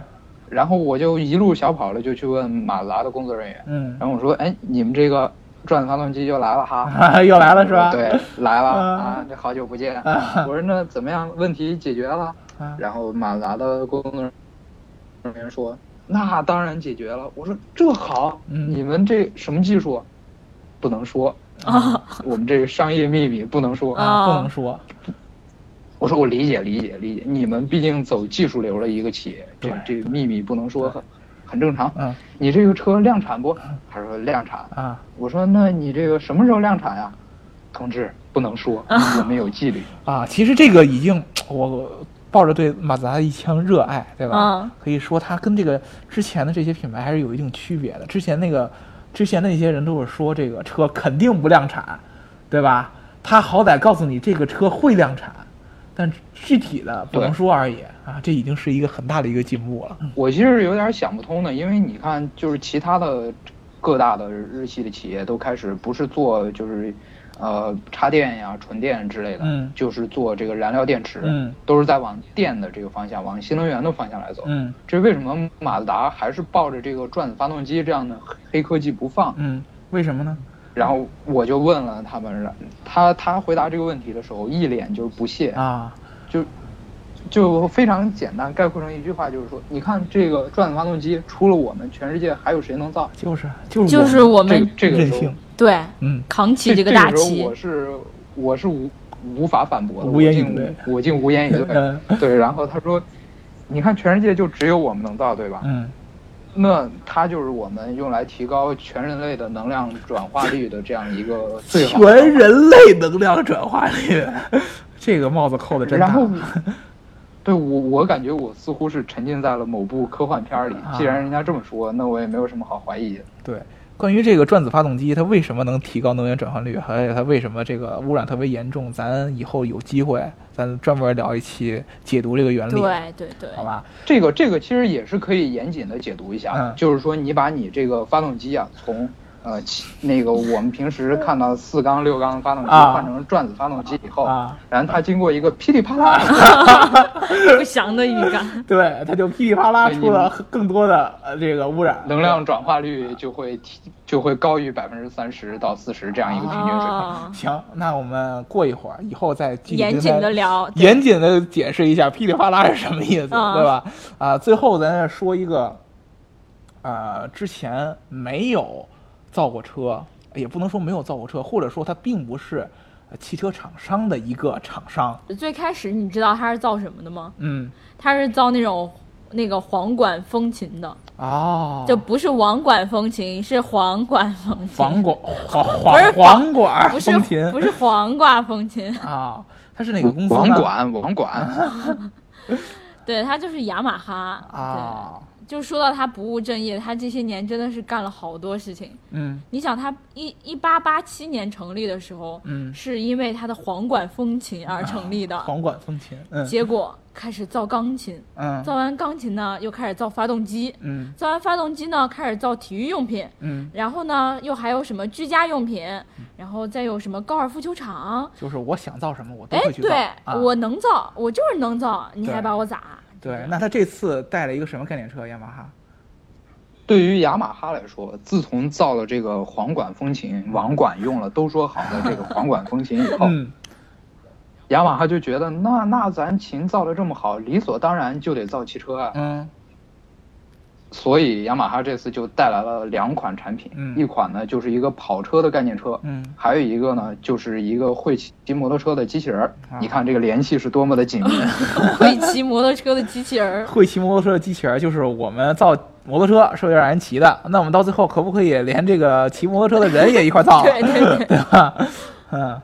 [SPEAKER 3] 然后我就一路小跑了，就去问马自达的工作人员，
[SPEAKER 2] 嗯，
[SPEAKER 3] 然后我说：“哎，你们这个转子发动机又来了哈。”
[SPEAKER 2] 又来了是吧？
[SPEAKER 3] 对，来了
[SPEAKER 2] 啊
[SPEAKER 3] 啊，这好久不见。
[SPEAKER 2] 啊
[SPEAKER 3] 我说那怎么样？问题解决了？
[SPEAKER 2] 啊，
[SPEAKER 3] 然后马自达的工作人员说：“那当然解决了。”我说：“这好，
[SPEAKER 2] 嗯
[SPEAKER 3] 你们这什么技术？不能说，嗯
[SPEAKER 1] 啊
[SPEAKER 3] 我们这个商业秘密不能说。
[SPEAKER 2] 啊，不能说，
[SPEAKER 3] 我说我理解理解理解，你们毕竟走技术流的一个企业，这
[SPEAKER 2] 对
[SPEAKER 3] 这个秘密不能说，很很正常。
[SPEAKER 2] 嗯
[SPEAKER 3] 你这个车量产不？他说量产。
[SPEAKER 2] 啊，
[SPEAKER 3] 我说那你这个什么时候量产呀？同志不能说，我们有纪律。
[SPEAKER 2] 啊，其实这个已经我抱着对马自达的一腔热爱，对吧？
[SPEAKER 1] 嗯
[SPEAKER 2] 可以说它跟这个之前的这些品牌还是有一定区别的。之前那个之前的一些人都是说这个车肯定不量产，对吧？它好歹告诉你这个车会量产，但具体的不能
[SPEAKER 3] 对嗯
[SPEAKER 2] 说而已啊，这已经是一个很大的一个进步了。
[SPEAKER 3] 我其实有点想不通的，因为你看，就是其他的各大的日系的企业都开始不是做就是呃插电呀、纯电之类的，
[SPEAKER 2] 嗯
[SPEAKER 3] 就是做这个燃料电池，
[SPEAKER 2] 嗯
[SPEAKER 3] 都是在往电的这个方向、往新能源的方向来走。
[SPEAKER 2] 嗯
[SPEAKER 3] 这为什么马自达还是抱着这个转子发动机这样的黑科技不放？
[SPEAKER 2] 嗯，为什么呢？
[SPEAKER 3] 然后我就问了他们，他他回答这个问题的时候一脸就是 不屑，
[SPEAKER 2] 啊，
[SPEAKER 3] 就就非常简单概括成一句话，就是说，你看这个转子发动机，除了我们，全世界还有谁能造？
[SPEAKER 2] 就是就是
[SPEAKER 1] 就是
[SPEAKER 2] 我
[SPEAKER 1] 我
[SPEAKER 3] 这
[SPEAKER 1] 们
[SPEAKER 3] 个这个
[SPEAKER 2] 任
[SPEAKER 3] 时候
[SPEAKER 2] 性，
[SPEAKER 1] 对
[SPEAKER 2] 嗯
[SPEAKER 1] 扛起
[SPEAKER 3] 这
[SPEAKER 1] 这个
[SPEAKER 3] 这
[SPEAKER 1] 大
[SPEAKER 3] 时候
[SPEAKER 1] 旗
[SPEAKER 3] 我，是我是无无法反驳的，
[SPEAKER 2] 无言以
[SPEAKER 3] 我
[SPEAKER 2] 对
[SPEAKER 3] 竟我竟无言以
[SPEAKER 2] 嗯
[SPEAKER 3] 对。对，然后他说，你看全世界就只有我们能造，对吧？
[SPEAKER 2] 嗯，
[SPEAKER 3] 那它就是我们用来提高全人类的能量转化率的这样一个最好的
[SPEAKER 2] 全人类能量转化率， 这个帽子扣的真大。
[SPEAKER 3] 然后，对我我感觉我似乎是沉浸在了某部科幻片儿里
[SPEAKER 2] 啊。
[SPEAKER 3] 既然人家这么说，那我也没有什么好怀疑的。
[SPEAKER 2] 对，关于这个转子发动机，它为什么能提高能源转换率，还有它为什么这个污染特别严重，咱以后有机会咱专门聊一期解读这个原理，
[SPEAKER 1] 对对对，
[SPEAKER 2] 好吧？
[SPEAKER 3] 这个这个其实也是可以严谨的解读一下，
[SPEAKER 2] 嗯
[SPEAKER 3] 就是说你把你这个发动机啊，从呃其那个我们平时看到四缸六缸的发动机
[SPEAKER 2] 啊
[SPEAKER 3] 换成转子发动机以后，
[SPEAKER 2] 啊
[SPEAKER 3] 然后它经过一个噼里啪啦，
[SPEAKER 1] 不祥的预 感。
[SPEAKER 2] 对，它就噼里啪啦
[SPEAKER 3] 对
[SPEAKER 2] 出了更多的呃这个污染
[SPEAKER 3] 能量转化率就会提就会高于百分之三十到四十这样一个平均水平。
[SPEAKER 2] 啊
[SPEAKER 1] 哦，
[SPEAKER 2] 行，那我们过一会儿，以后再具体
[SPEAKER 1] 严
[SPEAKER 2] 跟
[SPEAKER 1] 谨
[SPEAKER 2] 他
[SPEAKER 1] 地聊对
[SPEAKER 2] 严谨的解释一下噼里啪啦是什么意思，
[SPEAKER 1] 嗯
[SPEAKER 2] 对吧？啊，最后咱再说一个，呃，之前没有造过车，也不能说没有造过车，或者说它并不是呃汽车厂商的一个厂商，
[SPEAKER 1] 最开始你知道他是造什么的吗？
[SPEAKER 2] 嗯，
[SPEAKER 1] 他是造那种那个簧管风琴的，
[SPEAKER 2] 哦，
[SPEAKER 1] 就不是网管风琴，是簧管风琴，
[SPEAKER 2] 房管黄
[SPEAKER 1] 不是
[SPEAKER 2] 黄黄管
[SPEAKER 1] 不
[SPEAKER 2] 风
[SPEAKER 1] 是
[SPEAKER 2] 琴
[SPEAKER 1] 不是黄瓜风琴，
[SPEAKER 2] 啊，它是哪个公司呢？啊
[SPEAKER 3] 网管，网管，
[SPEAKER 1] 对，他就是雅马哈。对，
[SPEAKER 2] 啊，
[SPEAKER 1] 就说到他不务正业，他这些年真的是干了好多事情。
[SPEAKER 2] 嗯
[SPEAKER 1] 你想，他一一八八七年成立的时候，
[SPEAKER 2] 嗯，啊
[SPEAKER 1] 是因为他的簧管风琴而成立的，
[SPEAKER 2] 黄管风琴，嗯
[SPEAKER 1] 结果开始造钢琴，
[SPEAKER 2] 嗯
[SPEAKER 1] 造完钢琴呢，又开始造发动机，
[SPEAKER 2] 嗯
[SPEAKER 1] 造完发动机呢，开始造体育用品，
[SPEAKER 2] 嗯。
[SPEAKER 1] 然后呢，又还有什么居家用品，然后再有什么高尔夫球场。
[SPEAKER 2] 就是我想造什么，我都
[SPEAKER 1] 哎
[SPEAKER 2] 会，去造。
[SPEAKER 1] 对、
[SPEAKER 2] 啊、
[SPEAKER 1] 我能造，我就是能造，你
[SPEAKER 2] 对
[SPEAKER 1] 还把我咋？
[SPEAKER 2] 对，那他这次带了一个什么概念车？雅马哈
[SPEAKER 3] 对于雅马哈来说，自从造了这个
[SPEAKER 2] 哦
[SPEAKER 3] 簧管风琴，网管用了都说好的这个簧管风琴以后，
[SPEAKER 2] 嗯，
[SPEAKER 3] 雅马哈就觉得那那咱琴造的这么好，理所当然就得造汽车啊。
[SPEAKER 2] 嗯
[SPEAKER 3] 所以雅马哈这次就带来了两款产品，
[SPEAKER 2] 嗯
[SPEAKER 3] 一款呢就是一个跑车的概念车，
[SPEAKER 2] 嗯
[SPEAKER 3] 还有一个呢就是一个会骑摩托车的机器人儿。
[SPEAKER 2] 啊
[SPEAKER 3] 你看这个联系是多么的紧 密。
[SPEAKER 1] 会骑摩托车的机器人儿，
[SPEAKER 2] 会骑摩托车的机器人，就是我们造摩托车是为了让人骑的，那我们到最后可不可以连这个骑摩托车的人也一块 造？
[SPEAKER 1] 对对对，
[SPEAKER 2] 吧？嗯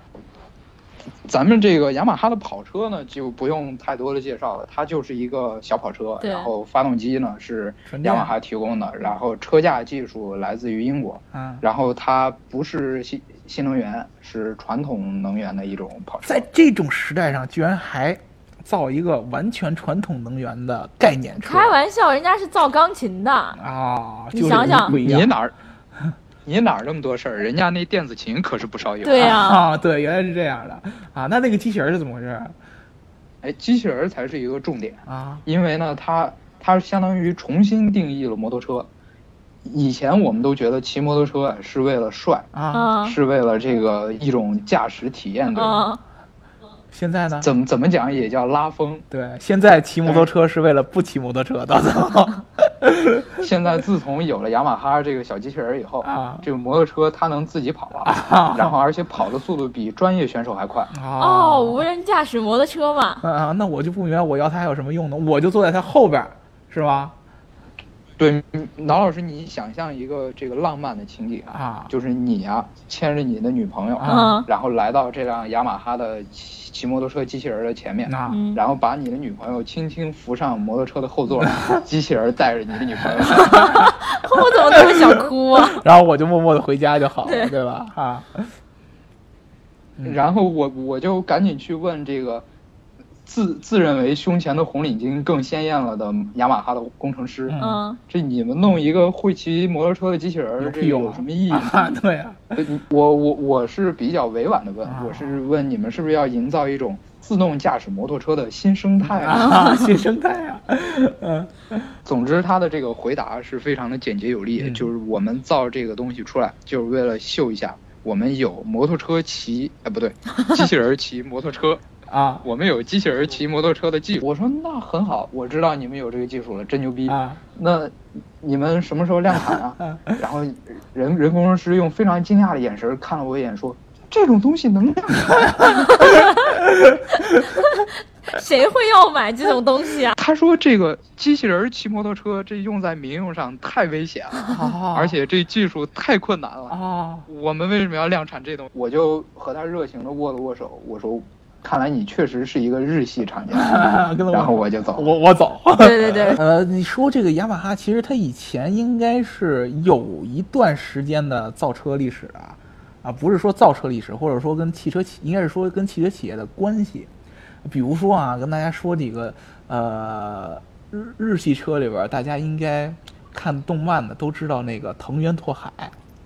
[SPEAKER 3] 咱们这个雅马哈的跑车呢，就不用太多的介绍了，它就是一个小跑车，
[SPEAKER 1] 对
[SPEAKER 3] 然后发动机呢是
[SPEAKER 2] 纯电
[SPEAKER 3] 雅马哈提供的，然后车架技术来自于英国，
[SPEAKER 2] 嗯，
[SPEAKER 3] 然后它不是新新能源，是传统能源的一种跑车
[SPEAKER 2] 在。这种时代上，居然还造一个完全传统能源的概念车，
[SPEAKER 1] 开玩笑，人家是造钢琴的，
[SPEAKER 2] 啊！
[SPEAKER 1] 你
[SPEAKER 2] 就是
[SPEAKER 1] 想想
[SPEAKER 2] 不一样
[SPEAKER 3] 你哪儿，你哪儿那么多事儿？人家那电子琴可是不少有。
[SPEAKER 1] 对哎呀、
[SPEAKER 2] 啊，对，原来是这样的啊。那那个机器人是怎么回事
[SPEAKER 3] 哎，机器人儿才是一个重点。
[SPEAKER 2] 啊？
[SPEAKER 3] 因为呢，它它相当于重新定义了摩托车。以前我们都觉得骑摩托车是为了帅，
[SPEAKER 2] 啊，
[SPEAKER 1] 嗯
[SPEAKER 3] 是为了这个一种驾驶体验，对吧？
[SPEAKER 1] 嗯，
[SPEAKER 2] 现在呢？
[SPEAKER 3] 怎么怎么讲也叫拉风。
[SPEAKER 2] 对，现在骑摩托车是为了不骑摩托车，到最后
[SPEAKER 3] 现在自从有了雅马哈这个小机器人以后
[SPEAKER 2] 啊
[SPEAKER 3] 这个摩托车它能自己跑了，然后而且跑的速度比专业选手还快。
[SPEAKER 1] 哦，无人驾驶摩托车嘛，
[SPEAKER 2] 啊，那我就不明白我要它有什么用呢？我就坐在它后边儿，是吧？
[SPEAKER 3] 对，嗯老老师，你想象一个这个浪漫的情景，
[SPEAKER 2] 啊，
[SPEAKER 3] 就是你呀、牵着你的女朋友，
[SPEAKER 1] 啊
[SPEAKER 3] 然后来到这辆雅马哈的骑骑摩托车机器人的前面，
[SPEAKER 2] 那
[SPEAKER 1] 嗯，
[SPEAKER 3] 然后把你的女朋友轻轻扶上摩托车的 后座，机器人带着你的女朋友。
[SPEAKER 1] 我怎么那么想哭 啊？
[SPEAKER 2] 然后我就默默的回家就好了，
[SPEAKER 1] 对
[SPEAKER 2] 对吧？ 啊，嗯
[SPEAKER 3] 然后我我就赶紧去问这个自自认为胸前的红领巾更鲜艳了的雅马哈的工程师，
[SPEAKER 2] 嗯
[SPEAKER 1] 嗯，
[SPEAKER 3] 这你们弄一个会骑摩托车的机器人儿，
[SPEAKER 2] 有
[SPEAKER 3] 这
[SPEAKER 2] 屁用啊
[SPEAKER 3] 有什么意义 呢？
[SPEAKER 2] 啊，对 啊，
[SPEAKER 3] 呃我我我是比较委婉的问
[SPEAKER 2] 啊，
[SPEAKER 3] 我是问你们是不是要营造一种自动驾驶摩托车的新生态啊？
[SPEAKER 2] 啊，新生态啊，嗯
[SPEAKER 3] 总之，他的这个回答是非常的简洁有力，
[SPEAKER 2] 嗯
[SPEAKER 3] 就是我们造这个东西出来，就是为了秀一下我们有摩托车骑，哎不对， 机器人骑摩托车，
[SPEAKER 2] 啊
[SPEAKER 3] 我们有机器人骑摩托车的技术。我说那很好，我知道你们有这个技术了，真牛逼。
[SPEAKER 2] 啊
[SPEAKER 3] 那你们什么时候量产啊
[SPEAKER 2] 啊？
[SPEAKER 3] 然后人人工程师用非常惊讶的眼神看了我一眼，说：“这种东西能量产？”
[SPEAKER 1] 谁会要买这种东 西啊？
[SPEAKER 3] 他说：“这个机器人骑摩托车，这用在民用上太危险了，
[SPEAKER 2] 啊，
[SPEAKER 3] 而且这技术太困难了。
[SPEAKER 2] 啊，
[SPEAKER 3] 我们为什么要量产这东西？”我就和他热情的握了握手，我说：“看来你确实是一个日系 厂家。
[SPEAKER 2] 啊跟”
[SPEAKER 3] 然后
[SPEAKER 2] 我
[SPEAKER 3] 我就走了。
[SPEAKER 2] 我我走。
[SPEAKER 1] 对对对，
[SPEAKER 2] 呃，你说这个雅马哈，其实它以前应该是有一段时间的造车历史的啊，啊，不是说造车历史，或者说跟汽车企，应该是说跟汽车企业的关系。比如说啊，跟大家说几个，呃，日日系车里边儿，大家应该看动漫的都知道那个藤原拓海，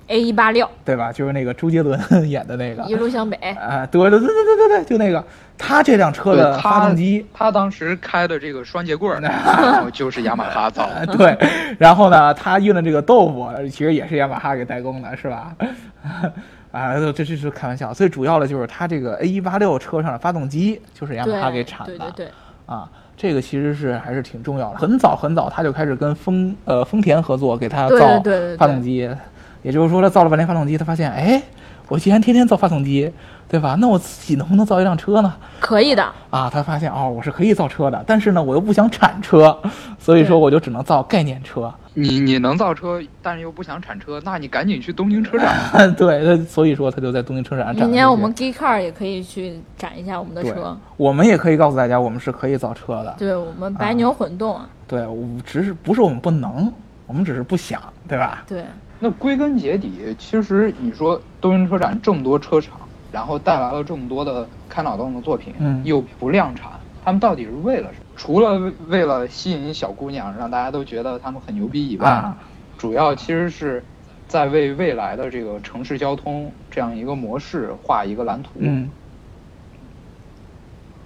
[SPEAKER 1] A 一八六
[SPEAKER 2] 对吧？就是那个周杰伦 演的那个，
[SPEAKER 1] 一路向 北，
[SPEAKER 2] 啊、对对对对对对，就那个，他这辆车
[SPEAKER 3] 对
[SPEAKER 2] 的发
[SPEAKER 3] 他
[SPEAKER 2] 动机，
[SPEAKER 3] 他当时开的这个双节棍 儿，然后就是雅马哈造的。
[SPEAKER 2] 呃， 对，然后呢，他运的这个豆腐其实也是雅马哈给代工的，是吧？ 啊，这这这是开玩笑。最主要的就是它这个 A 一八六车上的发动机就是雅马哈给
[SPEAKER 1] 对
[SPEAKER 2] 产的，
[SPEAKER 1] 对对对，
[SPEAKER 2] 啊，这个其实是还是挺重要的。很早很早，他就开始跟丰呃丰田合作，给他
[SPEAKER 1] 对
[SPEAKER 2] 造
[SPEAKER 1] 对对对对
[SPEAKER 2] 发动机。也就是说，他造了半天发动机，他发现，哎，我既然天天造发动机，对吧？那我自己能不能造一辆车呢？
[SPEAKER 1] 可以的，
[SPEAKER 2] 啊，他发现哦，我是可以造车的，但是呢，我又不想产车，所以说
[SPEAKER 1] 对
[SPEAKER 2] 我就只能造概念车。
[SPEAKER 3] 你你能造车，但是又不想产车，那你赶紧去东京车 展。
[SPEAKER 2] 对，他所以说他就在东京车展展。
[SPEAKER 1] 明年我们 Geek Car 也可以去展一下我们的
[SPEAKER 2] 对
[SPEAKER 1] 车，，
[SPEAKER 2] 我们也可以告诉大家，我们是可以造车的。
[SPEAKER 1] 对我们白牛混动啊，
[SPEAKER 2] 对，我只是不是我们不能，我们只是不想，对吧？
[SPEAKER 1] 对，
[SPEAKER 3] 那归根结底，其实你说东京车展这么多车厂，然后带来了这么多的开脑洞的作品，
[SPEAKER 2] 嗯
[SPEAKER 3] 又不量产，他们到底是为了什么？除了为为了吸引小姑娘，让大家都觉得他们很牛逼以外，
[SPEAKER 2] 啊
[SPEAKER 3] 主要其实是在为未来的这个城市交通这样一个模式画一个蓝图。
[SPEAKER 2] 嗯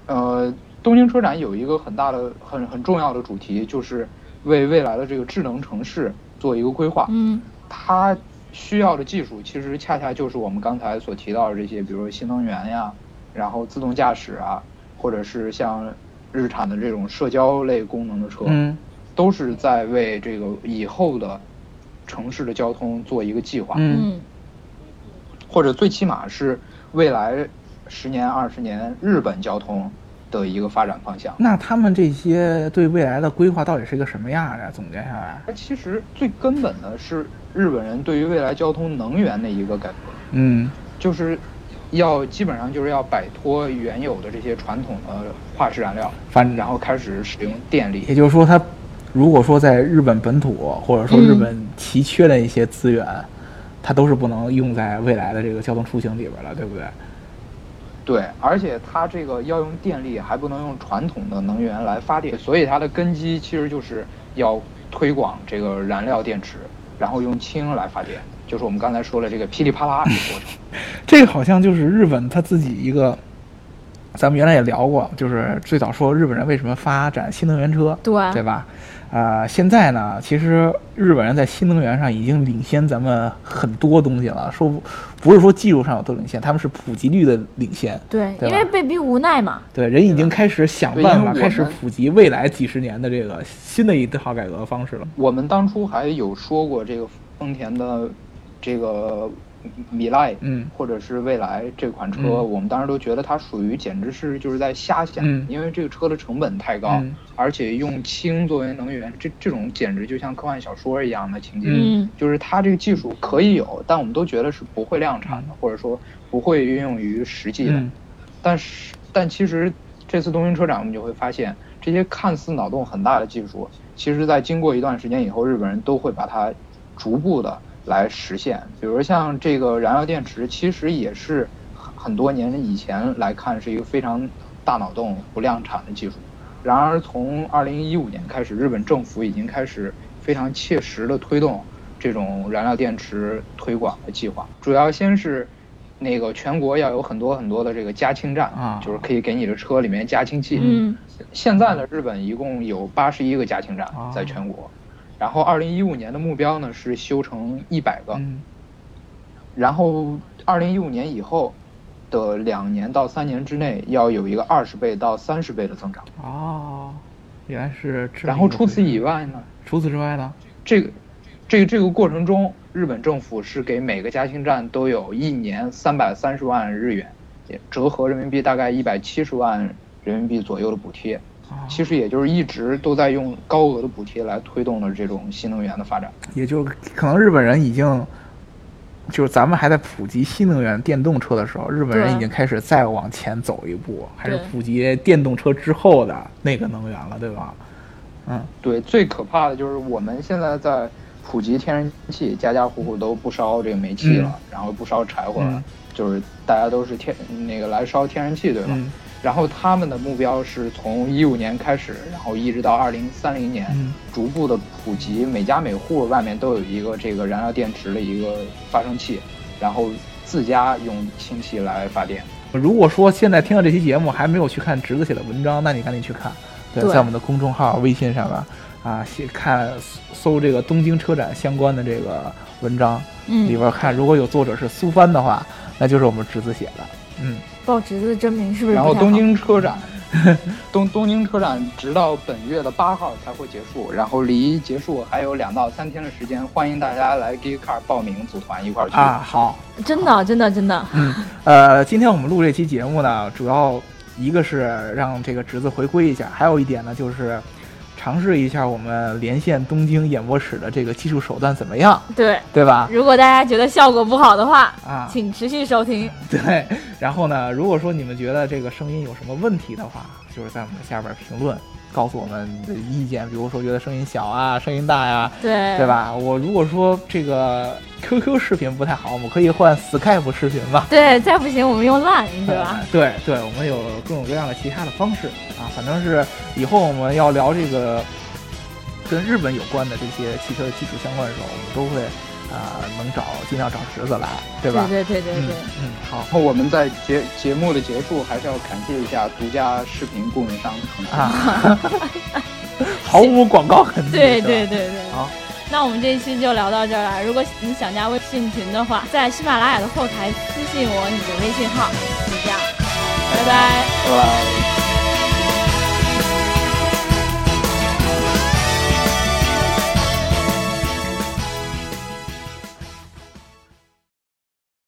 [SPEAKER 3] 呃，东京车展有一个很大的、很很重要的主题，就是为未来的这个智能城市做一个规划。
[SPEAKER 1] 嗯，
[SPEAKER 3] 它需要的技术，其实恰恰就是我们刚才所提到的这些，比如说新能源呀，然后自动驾驶啊，或者是像日产的这种社交类功能的车，
[SPEAKER 2] 嗯
[SPEAKER 3] 都是在为这个以后的城市的交通做一个计划，
[SPEAKER 2] 嗯
[SPEAKER 1] 嗯
[SPEAKER 3] 或者最起码是未来十年、二十年日本交通的一个发展方向。
[SPEAKER 2] 那他们这些对未来的规划到底是一个什么样的呀？总结下来，
[SPEAKER 3] 而其实最根本的是日本人对于未来交通能源的一个改革，
[SPEAKER 2] 嗯
[SPEAKER 3] 就是要基本上就是要摆脱原有的这些传统的化石燃料，
[SPEAKER 2] 反
[SPEAKER 3] 然后开始使用电力。
[SPEAKER 2] 也就是说，它如果说在日本本土或者说
[SPEAKER 1] 嗯
[SPEAKER 2] 日本奇缺的一些资源，它都是不能用在未来的这个交通出行里边了，对不对？
[SPEAKER 3] 对，而且它这个要用电力，还不能用传统的能源来发电，所以它的根基其实就是要推广这个燃料电池，然后用氢来发电，就是我们刚才说了这个噼里啪啦这个过程。
[SPEAKER 2] 这个好像就是日本他自己一个，咱们原来也聊过，就是最早说日本人为什么发展新能源车，
[SPEAKER 1] 对
[SPEAKER 2] 对吧？啊、现在呢，其实日本人在新能源上已经领先咱们很多东西了，说不不是说技术上有多领先，他们是普及率的领先。
[SPEAKER 1] 对，
[SPEAKER 2] 对
[SPEAKER 1] 因
[SPEAKER 2] 吧
[SPEAKER 1] 为被逼无奈嘛。
[SPEAKER 2] 对，人已经开始想
[SPEAKER 3] 对
[SPEAKER 2] 办
[SPEAKER 3] 因为
[SPEAKER 2] 法，
[SPEAKER 3] 我
[SPEAKER 2] 开始
[SPEAKER 3] 们
[SPEAKER 2] 普及未来几十年的这个新的一套改革方式了。
[SPEAKER 3] 我们当初还有说过这个丰田的这个米莱，
[SPEAKER 2] 嗯
[SPEAKER 3] 或者是蔚来这款车，
[SPEAKER 2] 嗯
[SPEAKER 3] 我们当时都觉得它属于简直是就是在瞎想，
[SPEAKER 2] 嗯
[SPEAKER 3] 因为这个车的成本太高，
[SPEAKER 2] 嗯
[SPEAKER 3] 而且用氢作为能源，这这种简直就像科幻小说一样的情节，
[SPEAKER 1] 嗯
[SPEAKER 3] 就是它这个技术可以有，但我们都觉得是不会量产的，或者说不会运用于实际的。
[SPEAKER 2] 嗯
[SPEAKER 3] 但是，但其实这次东京车展，我们就会发现，这些看似脑洞很大的技术，其实在经过一段时间以后，日本人都会把它逐步的来实现。比如像这个燃料电池，其实也是很很多年以前来看是一个非常大脑洞、不量产的技术。然而，从二零一五年开始，日本政府已经开始非常切实的推动这种燃料电池推广的计划。主要先是那个全国要有很多很多的这个加氢站，
[SPEAKER 2] 啊
[SPEAKER 3] 就是可以给你的车里面加氢气。
[SPEAKER 1] 嗯
[SPEAKER 3] 现在的日本一共有八十一个加氢站
[SPEAKER 2] 啊
[SPEAKER 3] 在全国，然后二零一五年的目标呢是修成一百个。
[SPEAKER 2] 嗯
[SPEAKER 3] 然后二零一五年以后的两年到三年之内，要有一个二十倍到三十倍的增长。
[SPEAKER 2] 哦，原来是这么一个回事。
[SPEAKER 3] 然后除此以外呢，
[SPEAKER 2] 除此之外呢？
[SPEAKER 3] 这个这个这个过程中，日本政府是给每个加氢站都有一年三百三十万日元，也折合人民币大概一百七十万人民币左右的补贴。
[SPEAKER 2] 啊，
[SPEAKER 3] 其实也就是一直都在用高额的补贴来推动了这种新能源的发展。
[SPEAKER 2] 也就是可能日本人已经，就是咱们还在普及新能源电动车的时候，日本人
[SPEAKER 1] 对
[SPEAKER 2] 已经开始再往前走一步，还是
[SPEAKER 1] 对
[SPEAKER 2] 普及电动车之后的那个能源了，对吧？嗯，
[SPEAKER 3] 对，最可怕的就是我们现在在普及天然气，家家户户都不烧这个煤气了，然后不烧柴火了，
[SPEAKER 2] 嗯
[SPEAKER 3] 就是大家都是天那个来烧天然气，对吧？
[SPEAKER 2] 嗯
[SPEAKER 3] 然后他们的目标是从一五年开始，然后一直到二零三零年，
[SPEAKER 2] 嗯
[SPEAKER 3] 逐步的普及，每家每户外面都有一个这个燃料电池的一个发生器，然后自家用氢气来发电。
[SPEAKER 2] 如果说现在听到这期节目还没有去看侄子写的文章，那你赶紧去看，对，
[SPEAKER 1] 对
[SPEAKER 2] 在我们的公众号、微信上面啊，写看搜这个东京车展相关的这个文章里
[SPEAKER 1] 嗯，
[SPEAKER 2] 边看，如果有作者是苏帆的话，那就是我们侄子写的，嗯。
[SPEAKER 1] 报侄子的真名是不是
[SPEAKER 3] 然
[SPEAKER 1] 不
[SPEAKER 3] 后
[SPEAKER 1] 太
[SPEAKER 3] 东
[SPEAKER 1] 好
[SPEAKER 3] 京车展，东东京车展直到本月的八号才会结束，然后离结束还有两到三天的时间，欢迎大家来 Geek Car 报名组团一块儿去。
[SPEAKER 2] 啊，好，
[SPEAKER 1] 真的真的真的，
[SPEAKER 2] 嗯，呃，今天我们录这期节目呢，主要一个是让这个侄子回归一下，还有一点呢就是尝试一下我们连线东京演播室的这个技术手段怎么样，
[SPEAKER 1] 对。
[SPEAKER 2] 对吧？
[SPEAKER 1] 如果大家觉得效果不好的话，
[SPEAKER 2] 啊
[SPEAKER 1] 请持续收听。
[SPEAKER 2] 对，然后呢，如果说你们觉得这个声音有什么问题的话，就是在我们下边评论告诉我们你的意见，比如说觉得声音小啊，声音大呀、
[SPEAKER 1] 对
[SPEAKER 2] 对？吧？我如果说这个 QQ 视频不太好，我们可以换 Skype 视频吧。
[SPEAKER 1] 对，再不行我们用烂，对吧？
[SPEAKER 2] 呃对对，我们有各种各样的其他的方式啊，反正是以后我们要聊这个跟日本有关的这些汽车的技术相关的时候，我们都会啊、能找尽量找侄子来，对吧？
[SPEAKER 1] 对对对对
[SPEAKER 2] 嗯
[SPEAKER 1] 对，
[SPEAKER 2] 嗯，好
[SPEAKER 3] 然后我们在节节目的结束，还是要感谢一下独家视频供应商腾讯。
[SPEAKER 2] 啊， 毫无广告痕迹，
[SPEAKER 1] 对
[SPEAKER 2] 是吧
[SPEAKER 1] 对对对。
[SPEAKER 2] 好，
[SPEAKER 1] 那我们这一期就聊到这儿了。如果你想加微信群的话，在喜马拉雅的后台私信我你的微信号，就这样。拜拜。
[SPEAKER 3] 拜拜。